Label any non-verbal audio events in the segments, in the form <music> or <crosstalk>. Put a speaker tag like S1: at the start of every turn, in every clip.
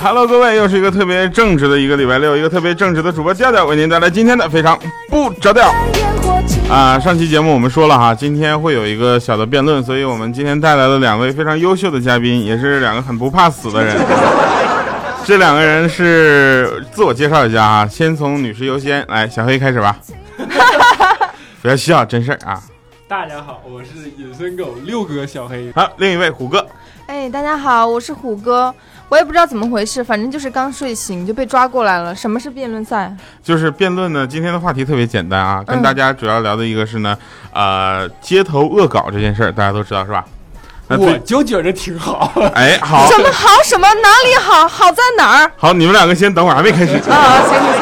S1: Hello，各位，又是一个特别正直的一个礼拜六，一个特别正直的主播调调为您带来今天的非常不着调啊。上期节目我们说了哈，今天会有一个小的辩论，所以我们今天带来了两位非常优秀的嘉宾，也是两个很不怕死的人。这两个人是自我介绍一下啊，先从女士优先，来，小黑开始吧。不要笑，真事儿啊。
S2: 大家好，我是隐身狗六哥小黑。
S1: 好，另一位虎哥，
S3: 哎，大家好，我是虎哥，我也不知道怎么回事，反正就是刚睡醒就被抓过来了。什么是辩论赛？
S1: 就是辩论呢，今天的话题特别简单啊，跟
S3: 嗯
S1: 大家主要聊的一个是呢，呃，街头恶搞这件事儿，大家都知道是吧？那
S2: 我
S1: 最
S2: 就觉着挺好，
S1: 哎，好
S3: 什么好？什么哪里好？好在哪儿？
S1: 好，你们两个先等会儿，还没开始， <laughs>
S3: 啊，行行行，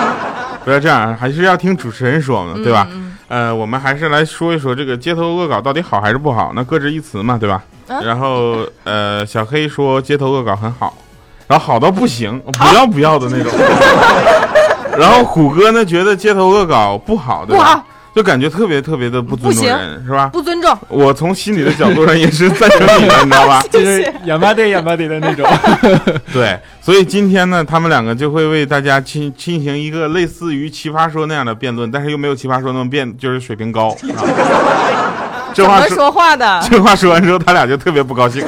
S1: 不要这样，啊还是要听主持人说嘛，对吧？
S3: 嗯？
S1: 呃，我们还是来说一说这个街头恶搞到底好还是不好，那各执一词嘛，对吧？
S3: 嗯
S1: 然后呃，小黑说街头恶搞很好，然后好到不行，不要不要的
S3: <laughs>
S1: 那种。然后虎哥呢，觉得街头恶搞不好，对
S3: 不
S1: 吧？
S3: 好，
S1: 就感觉特别特别的不尊
S3: 不
S1: 重
S3: 行
S1: 人，是吧？
S3: 不尊重。？
S1: 我从心理的角度上也是赞成你的，你知道吧
S3: <laughs> 谢
S2: <laughs> 就是
S3: 谢。
S2: 眼巴得眼巴得的那种。
S1: 对，所以今天呢，他们两个就会为大家进进行一个类似于《奇葩说》那样的辩论，但是又没有《奇葩说》那么辩，就是水平
S3: <laughs>
S1: 高。啊这
S3: 怎
S1: 话
S3: 么说话的？
S1: 这话说完 <laughs> 之后，他俩就特别不高兴。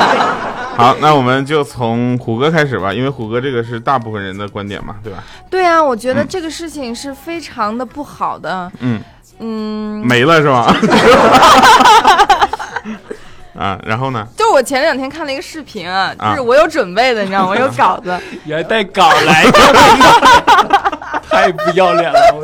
S1: <laughs> 好，那我们就从虎哥开始吧，因为虎哥这个是大部分人的观点嘛，对吧？
S3: 对啊，我觉得
S1: 嗯
S3: 这个事情是非常的不好的。
S1: 嗯
S3: 嗯，
S1: 没了是
S3: <laughs>
S1: 吧？ <laughs> 啊，然后呢？
S3: 就我前两天看了一个视频啊，
S1: 啊
S3: 就是我有准备的，你知
S1: <laughs>
S3: 道吗，我有稿子。
S2: <laughs> 也带稿来 <laughs> 的，太不要脸了！我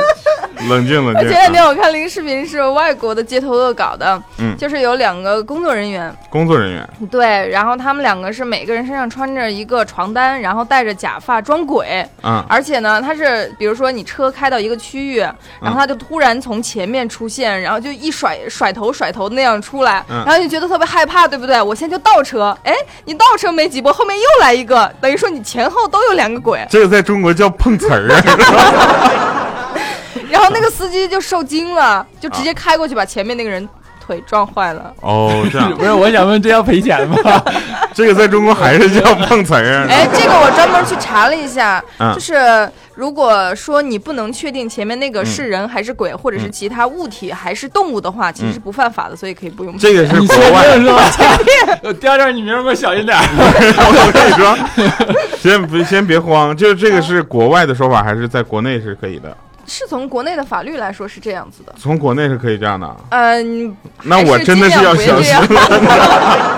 S1: 冷静冷
S3: 我
S1: 静
S3: 前。两天我看了一个视频，是外国的街头恶搞的，
S1: 嗯
S3: 就是有两个工作人员，
S1: 工作人员，
S3: 对，然后他们两个是每个人身上穿着一个床单，然后戴着假发装鬼，
S1: 啊
S3: 而且呢，他是比如说你车开到一个区域，然后他就突然从前面出现，然后就一甩甩头甩头那样出来，
S1: 嗯
S3: 然后你觉得特别害怕，对不对？我现在就倒车，哎，你倒车没几步，后面又来一个，等于说你前后都有两个鬼，
S1: 这个在中国叫碰瓷儿啊。
S3: 然后那个司机就受惊了，就直接开过去把前面那个人腿撞坏了。
S1: <laughs> 哦，这样
S2: 不，是，啊我想问，这要赔钱吗？
S1: <laughs> 这个在中国还是叫碰瓷儿啊。
S3: <laughs> 哎，这个我专门去查了一下，
S1: 嗯
S3: 就是如果说你不能确定前面
S1: 嗯
S3: 那个是人还是鬼，或者是其他物体还是动物的话，其实是不犯法的，所以可以不用赔。
S1: 嗯这个是
S2: 你
S1: 国
S2: 确
S1: 外，
S2: <laughs>
S1: <laughs>
S2: 定是吧？ <laughs> 我调调，你明儿给我小心点儿。
S1: 我跟你说，先不先别慌，就是这个是国外的说法，还是在国内是可以的？
S3: 是从国内的法律来说是这样子的。
S1: 从国内是可以这样的啊，
S3: 嗯，
S1: <laughs> 那我真的是要小心
S3: 还是尽
S1: 了。 <laughs>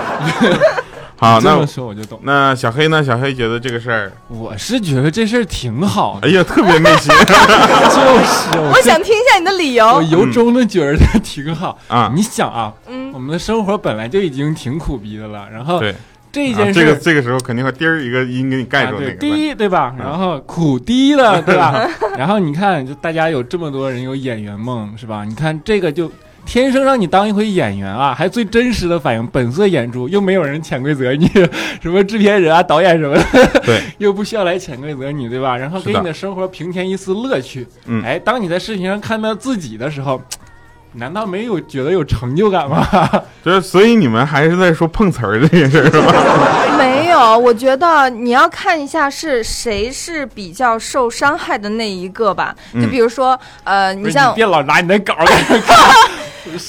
S1: 好，
S2: 这
S1: 那
S2: 么说啊我就懂。
S1: 那小黑呢？小黑觉得这个事儿，
S2: 我是觉得这事儿挺好的，
S1: 哎呀，特别内心
S2: 哎就是我
S3: <laughs> 我想听一下你的理
S2: 我
S3: 由。
S2: 由衷的觉得挺好。
S1: 啊。
S2: 你想啊，
S3: 嗯
S2: 我，们的生活本来就已经挺苦逼的了，然后
S1: 对，
S2: <laughs> 这
S1: 啊
S2: 件
S1: 这
S2: 事
S1: 个
S2: 儿
S1: 这个时候肯定会滴儿一个音给你盖
S2: 啊
S1: 住那
S2: 对
S1: 个。
S2: 低对吧？
S1: 嗯
S2: 然后苦
S1: <laughs>
S2: 低了对吧？然后你看，就大家有这么多人有演员梦是吧？你看这个就天生让你当一回演员啊，还最真实的反映本色演出，又没有人潜规则你， <laughs> 什么制片人啊、导演什么的，
S1: 对，
S2: <laughs> 又不需要来潜规则你对吧？然后
S1: 是
S2: 给
S1: 的
S2: 你的生活平添一丝乐趣。
S1: 嗯
S2: 哎，当你在视频上看到自己的时候。难道没有觉得有成就感吗？
S1: 就是所以你们还是在说碰瓷儿这件事儿是吧？
S3: 没有，我觉得你要看一下是谁是比较受伤害的那一个吧。就
S1: 嗯
S3: 比如说，呃，
S2: 不
S3: 你
S2: 是
S3: 像
S2: 别老拿 <laughs> 你的稿儿在那看，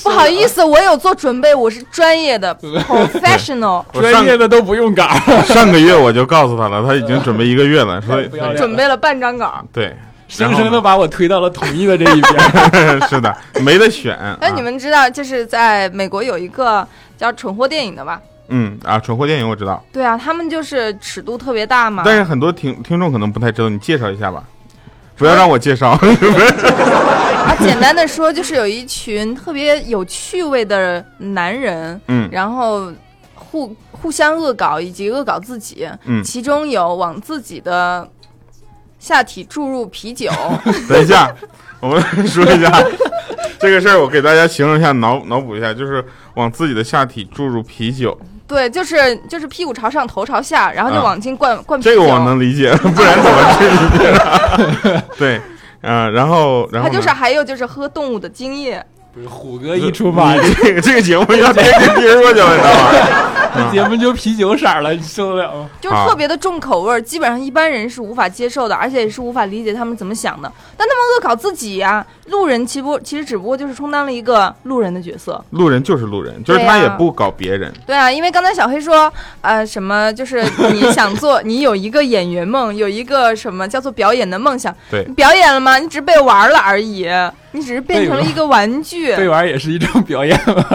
S3: 不好意思，我有做准备，我是专
S1: <laughs>
S3: 业的 professional，
S1: 我上
S2: <laughs> 专业的都不用稿儿。
S1: <laughs> 上个月我就告诉他了，他已经准备一个月
S2: <laughs>
S1: 了，啊所以
S2: 不要脸
S3: 准备了半张稿。
S1: 对， <laughs>
S2: 生生的把我推到了统一的这一边。
S1: 是的，没得选。啊
S3: 哎，你们知道，就是在美国有一个叫蠢货电影的吧？
S1: 嗯啊，蠢货电影我知道，
S3: 对啊，他们就是尺度特别大嘛。
S1: 但是很多听听众可能不太知道，你介绍一
S3: <laughs>
S1: 下吧。不要让我介绍， <laughs>
S3: 啊，简单的说，就是有一群特别有趣味的男人，
S1: 嗯
S3: <laughs> 然后互互相恶搞以及恶搞自己，
S1: 嗯
S3: 其中有往自己的下体注入啤
S1: <laughs>
S3: 酒，
S1: 等一下，我们说一下 <laughs> 这个事儿，我给大家形容一下，脑脑补一下，就是往自己的下体注入啤酒，
S3: 对，就是就是屁股朝上，头朝下，然后就
S1: 啊
S3: 往进灌、灌啤酒。
S1: 这个我能理解， <laughs> 不然怎么吃
S3: <laughs>
S1: 啤酒？对，嗯、然后然
S3: 他
S1: 后
S3: 就是
S1: 呢
S3: 还有就是喝动物的精液，
S2: <laughs> 不是虎哥一出马，这
S1: 这个 <laughs> 这个节目要天天跌落去了，你知道吗？
S2: 这节目就啤酒色儿了，你受得了吗？
S3: 就是
S1: 好
S3: 特别的重口味儿，基本上一般人是无法接受的，而且也是无法理解他们怎么想的。但他们恶搞自己呀、路人其不其实只不过就是充当了一个路人的角色。
S1: 路人就是路人，就是
S3: 对
S1: 他
S3: 呀
S1: 也不搞别人，
S3: 对啊，因为刚才小黑说，呃，什么就是你想做，你有一个演员梦，有一个什么叫做表演的梦想。
S1: 对
S3: 你表演了吗？你只是被玩了而已，你只是变成了一个玩具。
S2: 背玩也是一种表演吧？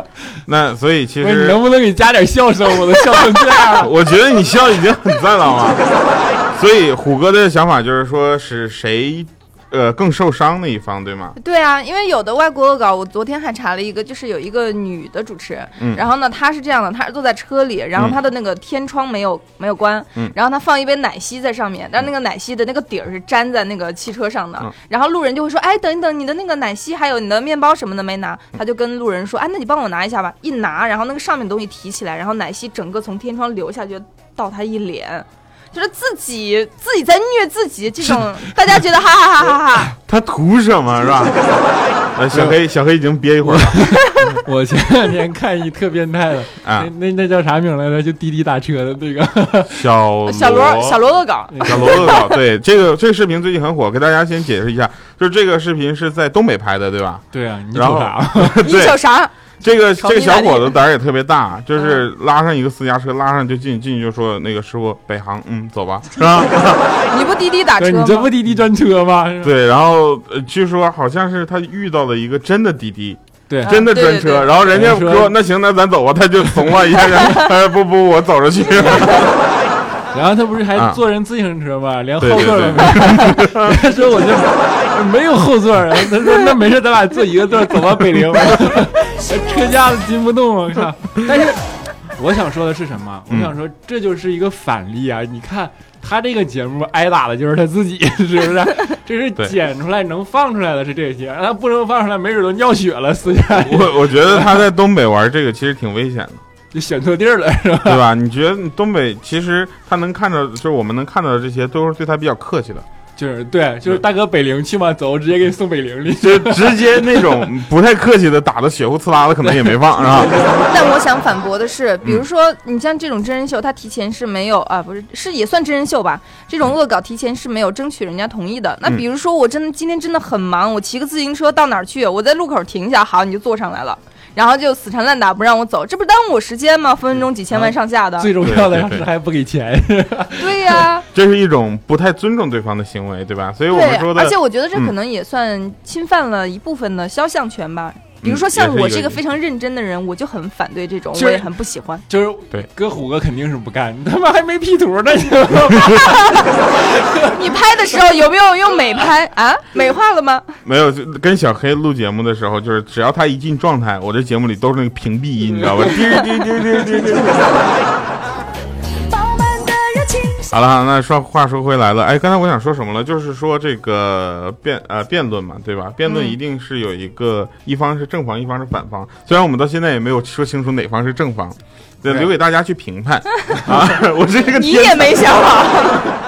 S1: 那所以其
S2: 不是，你
S1: 实
S2: 能不能给加点笑声？我都笑成这样
S1: <laughs>
S2: 了。
S1: 我觉得你笑已经很赞了嘛。 <laughs> 所以虎哥的想法就是说是谁，呃，更受伤的一方，对吗？
S3: 对啊，因为有的外国恶搞，我昨天还查了一个，就是有一个女的主持人，
S1: 嗯
S3: 然后呢，她是这样的，她是坐在车里，然后
S1: 嗯
S3: 她的那个天窗没有、没有关，
S1: 嗯
S3: 然后她放一杯奶昔在上面，但那个奶昔的那个底儿是粘在那个汽车上的，
S1: 嗯
S3: 然后路人就会说，哎，等一等，你的那个奶昔还有你的面包什么的没拿，
S1: 嗯
S3: 她就跟路人说，哎，那你帮我拿一下吧，一拿，然后那个上面的东西提起来，然后奶昔整个从天窗流下去，到她一脸。就是自己自己在虐自己，
S1: <laughs>
S3: 这种大家觉得哈哈哈哈哈哈，
S1: 他图什么是吧？ <laughs> 呃，小黑小黑已经憋一会 <laughs> 儿了
S2: <laughs> 我前两天看一特变态的，
S1: 啊
S2: 那，那那叫啥名来着？就滴滴打车的那 <laughs> 个，
S1: 小
S3: 小罗小罗恶搞，
S1: 小罗恶搞，对这个这个视频最近很火，给大家先解释一下，就是这个视频是在东北拍的，对吧？
S2: 对啊，你瞅
S1: 然后
S2: 啥？
S3: 你
S1: <laughs>
S3: 瞅啥？
S1: 这个
S3: 炒
S1: 这个
S3: 地嗯
S1: 小
S3: 板
S1: 伙
S3: 栗
S1: 子
S3: <laughs>
S1: 胆儿也特别大，就是拉上一个私家车，拉上就进进去就说那个师傅北航，嗯，走吧，是吧？
S3: 你不滴滴打
S2: <laughs> 对
S3: 车
S2: 你这不
S3: 吗？
S2: 滴滴专车吗？是
S1: <laughs>
S2: 吧
S1: 对，然后呃据说好像是他遇到了一个真的滴滴，
S2: 对
S1: 真的
S3: 啊对
S1: 专
S3: 对
S1: 车，
S3: 对
S1: 然后人家
S2: 有人
S1: 说
S2: 说
S1: 那行，那咱走吧，他就怂了一下，哎不不，我走着去， <laughs>
S2: 然后他不是
S1: 啊
S2: 还坐人自行车吗？连后
S1: 对对
S2: 座都
S1: 对
S2: 没有。 <laughs> 他说我就没有后座儿，他说那没事，咱俩坐一个座儿，走吧，北陵。 <laughs> 车架子筋不
S1: <laughs>
S2: 动，我靠！但是我想说的是什么？我
S1: 嗯
S2: 想说这就是一个反例啊！你看他这个节目挨打的就是他自己， <laughs> 是不是？这
S1: 对
S2: 是剪出来能放出来的是这些，让他不能放出来，没准都尿血了，私下里
S1: 我我觉得他在东北玩这个其实挺危险的。
S2: <laughs> 就选错地儿了，是吧？
S1: 对吧？你觉得东北其实他能看到，就是我们能看到的这些，都是对他比较客气的，
S2: 就是对，就是大哥北陵去嘛，走，直接给你送北陵里。
S1: 就是直接那种不太客气的，打的血呼呲啦的，可能也没放，是吧？
S3: 但我想反驳的
S1: 嗯
S3: 是，比如说你像这种真人秀，他提前是没有啊，不是是也算真人秀吧？这种恶搞提前是没有争取人家同意的。那
S1: 嗯
S3: 比如说我真的今天真的很忙，我骑个自行车到哪儿去？我在路口停一下，好，你就坐上来了。然后就死缠烂打不让我走，这不是耽误我时间吗？分分钟几千
S1: 嗯
S3: 万上下的，
S2: <laughs> 最重要
S1: 对对
S2: 的
S1: 对
S2: 是还不给钱，
S3: 对呀、
S1: 这是一种不太尊重对方的行为，对吧？所以 <laughs> 我们说
S3: 对，
S1: 的
S3: 而且我觉得这可
S1: 嗯
S3: 能也算侵犯了一部分的肖像权吧。比如说像
S1: 嗯也是一
S3: 我
S1: 个
S3: 这个非常认真的人，我就很反对这种，
S2: 就是
S3: 我也很不喜欢。
S2: <laughs> 就是
S1: 对
S2: 哥虎哥肯定是不干，你他妈还没 P 图呢，
S1: <laughs>
S2: 你
S3: 你拍的时候有没有用美拍啊？美化了吗？
S1: 没有就跟小黑录节目的时候，就是只要他一进状态，我这节目里都是那个屏蔽
S3: <laughs>
S1: 音，你知道吧？滴儿滴儿滴儿滴儿滴儿滴儿。
S4: 饱满的热情。
S1: 好了，那说话说回来了，哎，刚才我想说什么了？就是说这个辩呃辩论嘛，对吧？辩论
S3: 嗯
S1: 一定是有一个一方是正方，一方是反方。虽然我们到现在也没有说清楚哪方是正方，对，
S2: 对
S1: 留给大家去评
S3: <laughs>
S1: 判啊。我这是个 <laughs>
S3: 你
S1: 天
S3: 也没想好，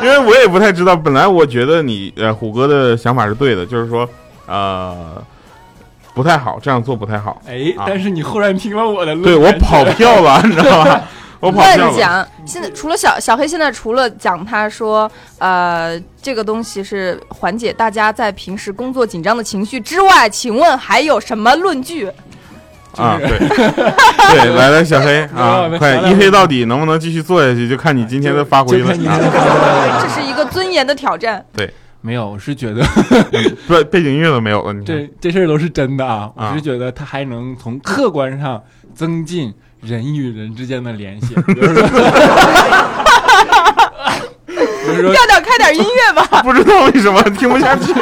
S1: 因为我也不太知道。本来我觉得你呃虎哥的想法是对的，就是说呃不太好，这样做不太好。
S2: 哎
S1: 啊，
S2: 但是你忽然听了我的论
S1: 对我
S2: 点
S1: 跑 <laughs> 票了，你知道吧？ <laughs> 我跑票
S3: 乱
S1: 了。
S3: 讲。现在除了小小黑，现在除了讲他说，呃，这个东西是缓解大家在平时工作紧张的情绪之外，请问还有什么论据？
S1: 啊，
S2: 就
S1: 对，对，来来，小黑啊
S2: 我，
S1: <laughs>
S2: 们
S1: 快
S2: 商量
S1: 一
S2: 一
S1: 黑
S2: 下
S1: 到底，能不能继续做下去，就看你今天的发挥
S2: 就
S1: 了
S2: 看你
S1: 啊
S2: 这。个
S1: <laughs>
S3: 这是一个尊严的挑战。
S2: 没有，我是觉得
S1: 背背景音乐都没有了，你看
S2: 这这事儿都是真的啊，
S1: 啊
S2: 我是觉得他还能从客观上增进人与人之间的联系，比如说，比如说
S3: 调调开点音乐吧。 <laughs>
S1: 不知道为什么听不下 <laughs> 去。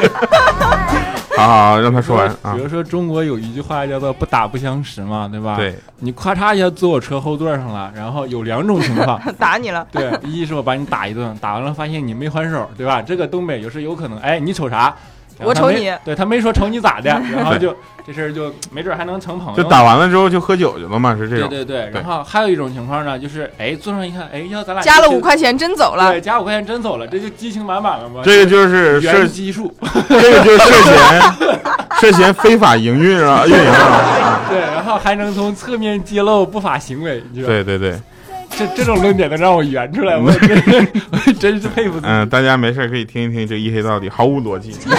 S1: 好好，好让他说完啊
S2: 比。如说中国有一句话叫做“不打不相识”嘛，对吧？
S1: 对，
S2: 你咔嚓一下坐我车后座上了，然后有两种情况，
S3: 打你了，
S2: 对，一是我把你打一顿，打完了发现你没还手，对吧？这个东北有时有可能，哎，你瞅啥？然后
S3: 我
S2: 他
S3: 瞅
S2: 没
S3: 你
S2: 对他没说瞅你咋
S3: <laughs>
S2: 的，然后就这事儿就没准还能成朋友。
S1: 就打完了之后就喝酒去了嘛，是这
S2: 对
S1: 种。
S2: 对对，
S1: 对
S2: 然后还有一种情况呢，就是哎，坐上一看，哎，要咱俩
S3: 加了
S2: 激情
S3: 五，块钱真走了。
S2: 对，加五块钱真走了，这就激情满满了嘛。
S1: <laughs> 这个就是涉
S2: 原，基数，
S1: 这个就是涉嫌，涉嫌非法营运啊，运营啊。
S2: <laughs> 对，然后还能从侧面揭露不法行为，你知道吗？
S1: 对对对，
S2: 这这种论点能让我圆出来，我真是我真是佩服自己。
S1: 嗯，大家没事儿可以听一听这一黑到底，毫无逻辑。 <laughs>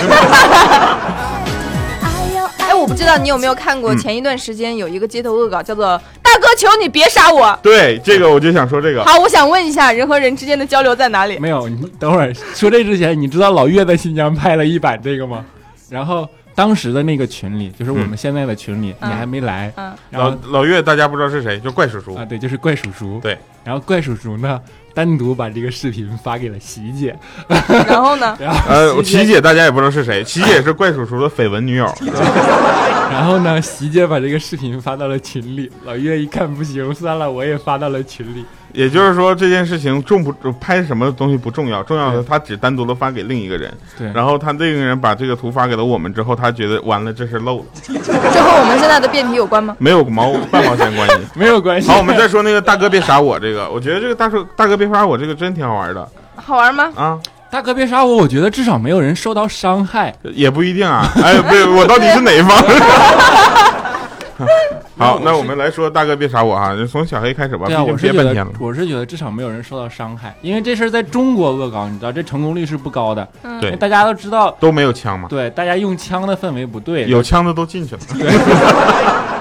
S3: 哎，我不知道你有没有看过，
S1: 嗯
S3: 前一段时间有一个街头恶搞，叫做“大哥，求你别杀我
S1: 对，这个我就想说这”。个，
S3: 好，我想问一下，人和人之间的交流在哪里？
S2: <laughs> 没有，你等会儿说这之前，你知道老岳在新疆拍了一版这个吗？然后当时的那个群里，就是我们现在的群里，
S3: 嗯
S2: 你还没来，
S3: 嗯，
S2: 然
S1: 老
S2: 后
S1: 老岳大家不知道是谁，就怪叔叔
S2: 啊，。对，就是怪叔叔，
S1: 对，
S2: 然后怪叔叔呢，单独把这个视频发给了喜姐，
S3: 然后呢？
S2: 然后
S1: 呃，琪姐大家也不知道是谁，琪姐是怪叔叔的绯闻女友。
S2: <laughs> 然后呢，喜姐把这个视频发到了群里，老岳一看不行，算了，我也发到了群里。
S1: 也就是说，这件事情重不拍什么东西不重要，重要的他只单独的发给另一个人，
S2: 对，
S1: 然后他另一个人把这个图发给了我们之后，他觉得完了，这是漏了，
S3: 这和我们现在的变体有关吗？
S1: 没有毛半毛钱关系。
S2: 没有关系。
S1: 好，我们再说那个大哥别杀我这个，我觉得这个大叔大哥别杀我这个真挺好玩的
S3: 好玩吗？
S1: 啊，
S2: <laughs> 大哥别杀我，我觉得至少没有人受到伤害。
S1: 也不一定
S3: <laughs>
S1: 啊。哎，不是，我到底是哪一方？ <laughs> 好，那我们来说大哥别杀我哈，就从小黑开始吧，
S2: 对啊，
S1: 毕
S2: 我
S1: 竟
S2: 是
S1: 憋
S2: 觉
S1: 半天
S2: 得
S1: 了，。
S2: 我是觉得至少没有人受到伤害，因为这事儿在中国恶搞，你知道这成功率是不高的。
S3: 嗯
S1: 对
S2: 因为大家都知道，
S1: 都没有枪嘛，
S2: 对大家用枪的氛围不对，
S1: 有枪的都进
S2: <laughs>
S1: 去了。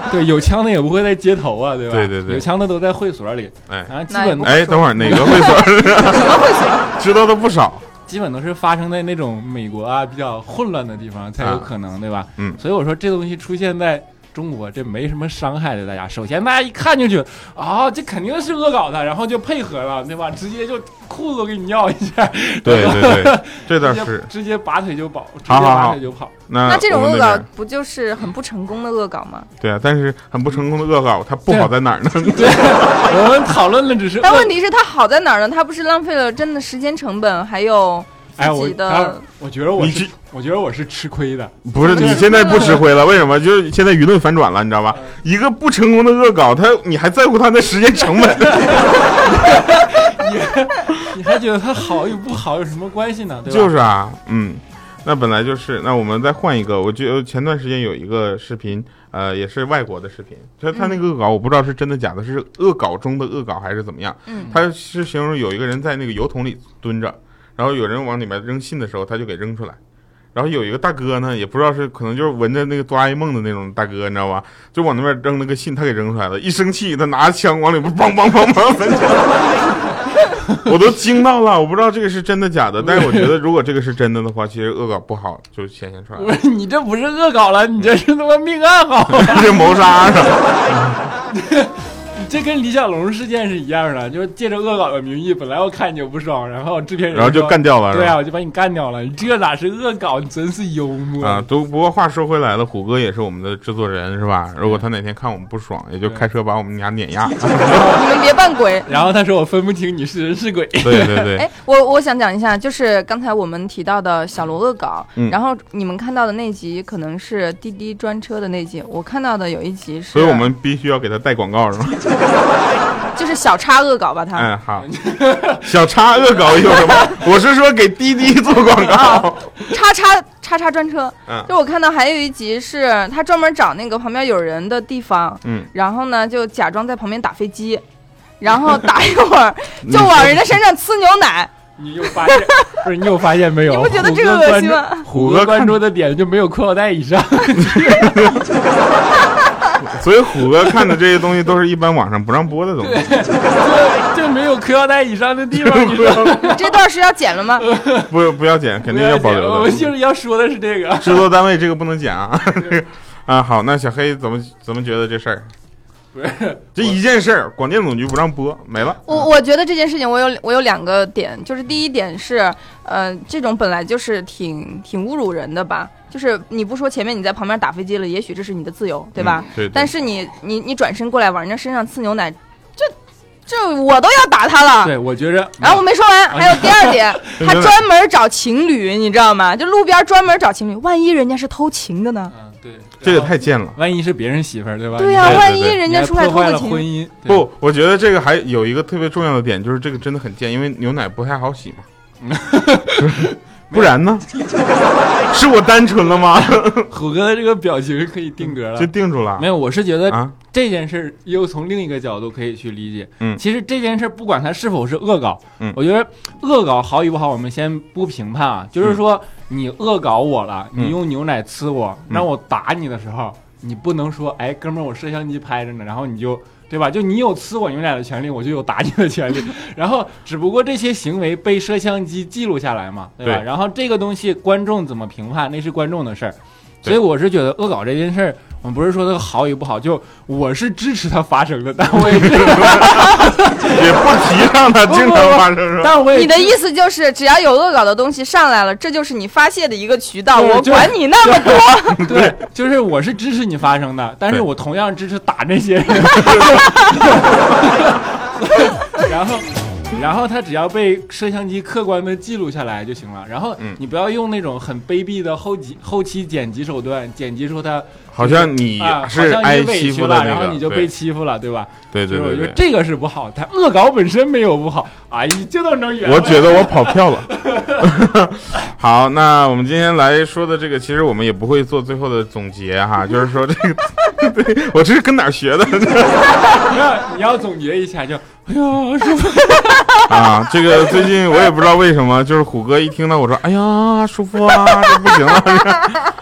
S2: 对有枪的也不会在街头啊，对吧？
S1: 对对对
S2: 有枪的都在会所里，
S1: 哎
S2: 然后基
S3: 那也
S2: 本
S3: 不
S1: 哎，等会儿哪个会所？
S3: 什么会所？
S1: <laughs> 知道的不少。
S2: 基本都是发生在那种美国啊比较混乱的地方才有可能，对吧？
S1: 嗯
S2: 所以我说这东西出现在中国，这没什么伤害的。大家首先大家一看就觉得啊，这肯定是恶搞的，然后就配合了，
S1: <laughs>
S2: 对吧？直接就裤子给你要一下，
S1: 对对
S2: <laughs>
S1: 对，这倒
S2: 直接
S1: 是。
S2: 直接拔腿就跑，直接
S1: 好好好
S2: 拔腿就跑。
S1: 那
S3: 那这种
S1: 啊我
S3: 恶
S1: 们
S3: 搞
S1: 边
S3: 不就是很不成功的恶搞吗？
S1: 对啊，但是很不成功的恶搞，它不
S2: 对啊
S1: 好在哪儿呢？
S2: 对，我们讨论的只是恶
S3: 但问题是，它好在哪儿呢？它不是浪费了真的时间成本，还有
S2: 哎，
S3: 自
S2: 我
S3: 己的
S2: 当然我觉得我
S1: 你
S2: 是
S1: 这，
S2: 我觉得我是吃亏的。
S1: 不是，你现在不吃亏了，为什么？就是现在舆论反转了，你知道吧？一个不成功的恶搞，他你还在乎他的时间成本？
S2: 你还觉得它好与不好有什么关系呢？对吧？
S1: 就是啊，嗯，那本来就是。那我们再换一个，我觉得前段时间有一个视频，呃，也是外国的视频，他他那个恶搞，我不知道是真的假的，是恶搞中的恶搞还是怎么样？
S3: 嗯，
S1: 他是形容有一个人在那个油桶里蹲着，然后有人往里面扔信的时候，他就给扔出来。然后有一个大哥呢，也不知道是可能就是闻着那个哆啦 A 梦的那种大哥，你知道吧？就往那边扔了个信，他给扔出来了。一生气，他拿枪往里边梆梆梆梆梆梆我都惊到了。我不知道这个是真的假的，但是我觉得如果这个是真的的话，其实恶搞不好就显现出来
S2: 我
S1: 了，
S2: 说 <laughs> 你这不是恶搞了，你这是他妈命案好吗？
S1: 这谋杀呢？
S2: 你这跟李小龙事件是一样的，就是借着恶搞的名义，本来我看你就不爽，然后制片人
S1: 然后就
S2: 说
S1: 干掉了，是
S2: 对啊，
S1: 吧？
S2: 我就把你干掉了。你这哪是恶搞，你真是幽默。
S1: 啊，都不过话说回来了，虎哥也是我们的制作人，是吧？如果他哪天看我们不爽，也就开车把我们俩碾压。
S3: 你们别扮鬼。
S2: 然后他说我分不清你是人
S1: <laughs>
S2: 是鬼，
S1: 对对对，
S3: 哎，我我想讲一下，就是刚才我们提到的小罗恶搞，
S1: 嗯
S3: 然后你们看到的那集可能是滴滴专车的那集，我看到的有一集是，
S1: 所以我们必须要给他带广告，是吗？
S3: 就是小叉恶搞吧，他、
S1: 哎，好， <laughs> 小叉恶搞有什么？我是说给滴滴做广告。
S3: 叉叉叉叉专车，
S1: 嗯
S3: 就我看到还有一集是他专门找那个旁边有人的地方，
S1: 嗯，
S3: 然后呢就假装在旁边打飞机，然后打一
S1: <laughs>
S3: 会儿就往人家身上呲牛奶，
S2: 你又发现不是你有发现
S1: 哦
S2: 没有？
S3: 你不觉得
S2: 虎
S3: 这个
S2: 哥
S3: 恶
S2: 关
S3: 心
S2: 注
S3: 吗？
S2: 虎
S1: 虎
S2: 哥
S1: 哥看
S2: 关注的点就没有裤腰带以
S3: <laughs>
S2: 上，
S1: 所以虎哥看的这些东西都是一般网上不让播的东西，
S2: 就没有裤腰带以上的
S1: <laughs>
S2: 地方，你知道吗？
S3: <laughs> 这段是要剪了吗？
S1: 不不要剪，肯定要保
S2: 我
S1: 留
S2: 们
S1: 的。
S2: 就是要说的是这个。
S1: 制作单位这个不能剪啊。 <laughs> 啊，好，那小黑怎么怎么觉得这事儿？
S2: 不是，
S1: 这一件事儿，广电总局不让播，没了。
S3: 我我觉得这件事情，我有我有两个点，就是第一点是，呃，这种本来就是挺挺侮辱人的吧，就是你不说前面你在旁边打飞机了，也许这是你的自由，对吧？
S1: 嗯？对。对
S3: 但是你你你转身过来往人家身上呲牛奶，这这我都要打他了。
S2: 对，我觉着，
S3: 然后我没说完，
S1: 嗯
S3: 还有第二点，他
S1: 真的
S3: 专门找情侣，你知道吗？就路边专门找情侣，万一人家是偷情的呢？
S2: 嗯，对，啊
S1: 这个太贱了。
S2: 万一是别人媳妇啊儿，对吧？
S3: 对呀、
S1: 对对
S3: 万一
S1: 对
S3: 人
S2: 你
S3: 家
S2: 还
S3: 出来
S2: 破
S3: 偷
S2: 坏
S3: 个
S2: 了
S3: 情，
S2: 婚姻。对，
S1: 不，我觉得这个还有一个特别重要的点，就是这个真的
S2: <laughs>
S1: 很贱，因为牛奶不太好洗嘛。不然呢？是我单纯了吗？
S2: 虎哥的这个表情可以定格了
S1: 就。定住了
S2: 没。有，我是觉得
S1: 啊
S2: 这件事儿又从另一个角度可以去理解。
S1: 嗯
S2: 其实这件事儿不管它是否是恶搞，
S1: 嗯
S2: 我觉得恶搞好与不好，我们先不评判啊。就是说，你恶搞我了，
S1: 嗯
S2: 你用牛奶呲我，
S1: 嗯
S2: 让我打你的时候，你不能说，哎，哥们儿，我摄像机拍着呢，然后你就。对吧？就你有呲我牛奶的权利，我就有打你
S1: <laughs>
S2: 的权利。然后，只不过这些行为被摄像机记录下来嘛，对吧？
S1: 对
S2: 然后这个东西观众怎么评判，那是观众的事儿。
S1: 对
S2: 所以我是觉得恶搞这件事儿，我们不是说它好与不好，就我是支持它发生的，但
S1: <laughs>
S2: 我也，
S1: 也不提倡它经常发生，
S2: <laughs>
S1: 是吧？
S2: 但我也
S3: 你的意思就是，只要有恶搞的东西上来了，这就是你发泄的一个渠道，
S2: 对
S3: 我
S2: 就
S3: 管你那么多。
S2: 对，就是我是支持你发生的，但是
S1: 对
S2: 我同样支持打
S1: <laughs>
S2: 那些人。然后，然后他只要被摄像机客观的记录下来就行了。然后
S1: 嗯
S2: 你不要用那种很卑鄙的后期后期剪辑手段剪辑出他
S1: 好像你
S2: 啊，
S1: 是
S2: 好像
S1: 挨
S2: 你委
S1: 欺
S2: 屈
S1: 负
S2: 了，
S1: 的
S2: 然
S1: 那个，
S2: 后你就被
S1: 对
S2: 欺负了，对吧？
S1: 对
S2: 所以
S1: 对
S2: 我觉
S1: 对
S2: 得
S1: 对。
S2: 这个是不好，但恶搞本身没有不好。哎，这都能圆了。
S1: 我觉得我跑票了。
S2: <laughs>
S1: 好，那我们今天来说的这个，其实我们也不会做最后的总结哈，就是说这个， <laughs> 对我这是跟哪儿学的？
S2: 那你要总结一下，就哎呀，舒 <laughs> 服。
S1: <laughs> 啊，这个最近我也不知道为什么，就是虎哥一听到我说，哎呀，舒服啊，这不行了。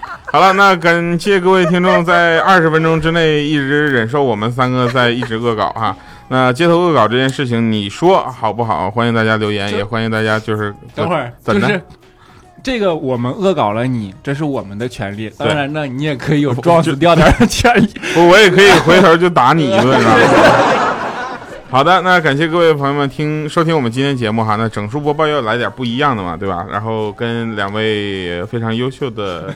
S1: <laughs> 好了，那感谢各位听众在二十分钟之内一直忍受我们三个在一直恶搞哈。那街头恶搞这件事情，你说好不好？欢迎大家留言，
S2: 就
S1: 也欢迎大家就是
S2: 等会儿
S1: 怎
S2: 就
S1: 的
S2: 是这个，我们恶搞了你，这是我们的权利。当
S1: 对
S2: 然呢，你也可以有撞死掉点儿的权利。
S1: 我我也可以回头就打你一顿，是吧？好的，那感谢各位朋友们听收听我们今天节目哈。那整数播报要来点不一样的嘛，对吧？然后跟两位非常优秀的，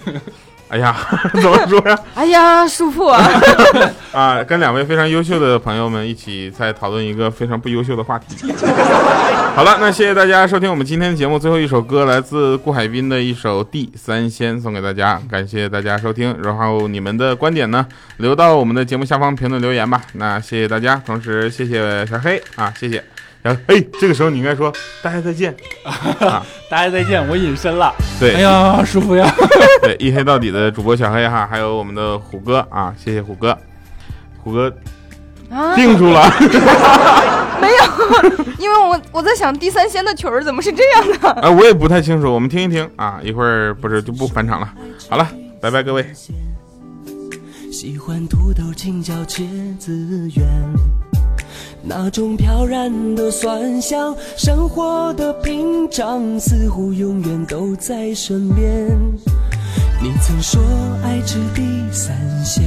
S1: 哎呀， <laughs> 怎么说呀？
S3: 哎呀，舒服啊！
S2: <laughs>
S1: 啊，跟两位非常优秀的朋友们一起在讨论一个非常不优秀的话题。 <laughs> 好了，那谢谢大家收听我们今天的节目。最后一首歌来自顾海滨的一首《地三鲜》，送给大家，感谢大家收听。然后你们的观点呢，留到我们的节目下方评论留言吧。那谢谢大家，同时谢谢小黑啊，谢谢。然后，哎，这个时候你应该说大家再见，
S2: <laughs> 大家再见，我隐身了。
S1: 对
S2: 哎呀，舒服呀。
S1: 对，一黑到底的主播小黑哈，还有我们的虎哥啊，谢谢虎哥，虎哥
S3: 啊，
S1: 定住了。
S3: 没有，因为我我在想第三仙的曲儿怎么是这样的？
S1: 哎，我也不太清楚，我们听一听啊，一会儿不是就不返场了。好了，拜拜各位。
S5: 喜欢土豆、青椒、茄子圆，那种飘然的酸香，生活的平常似乎永远都在身边。你曾说爱吃地三鲜，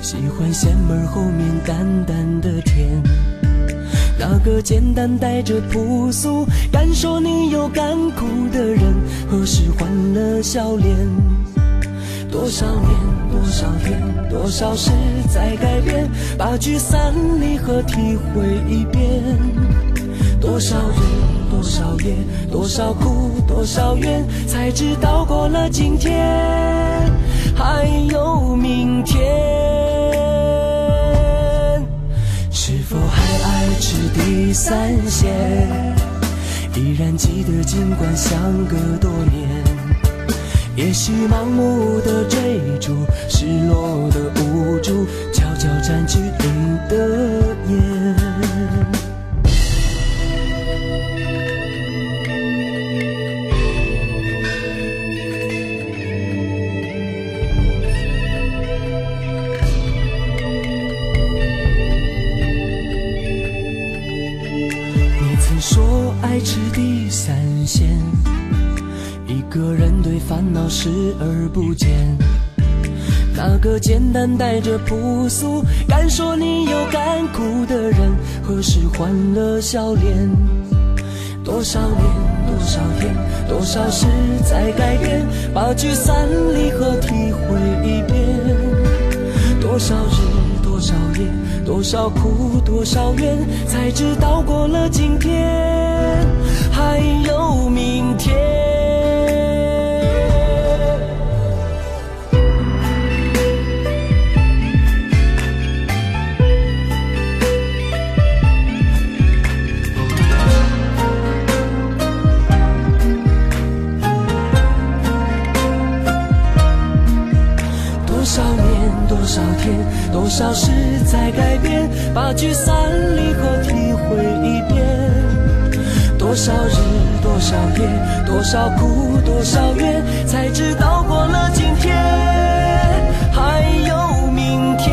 S5: 喜欢咸味儿后面淡淡的甜。那个简单带着朴素，敢说你有甘苦的人，何时换了笑脸？多少年，多少天，多少事在改变，把聚散离合体会一遍。多少日，多少夜，多少苦，多少怨，才知道过了今天，还有明天。是否还爱吃地三鲜？依然记得，尽管相隔多年。也许盲目的追逐，失落的无助，悄悄占据你的眼。你曾说爱吃地三鲜，一个人对烦恼视而不见。那个简单带着朴素，敢说你有甘苦的人，何时换了笑脸？多少年，多少天，多少事在改变，把聚散离合体会一遍。多少日，多少夜，多少苦，多少怨，才知道过了今天，还有明天。少事在改变，把聚散离合体会一遍。多少日，多少夜，多少苦，多少怨，才知道过了今天，还有明天。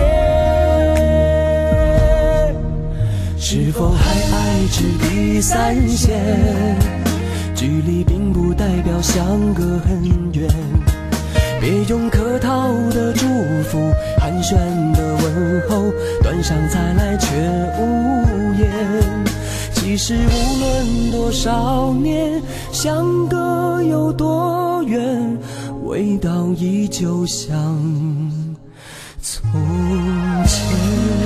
S5: 是否还爱掷地三鲜？距离并不代表相隔很远。别用客套的祝福、寒暄的问候，端上菜来却无言。其实无论多少年，相隔有多远，味道依旧像从前。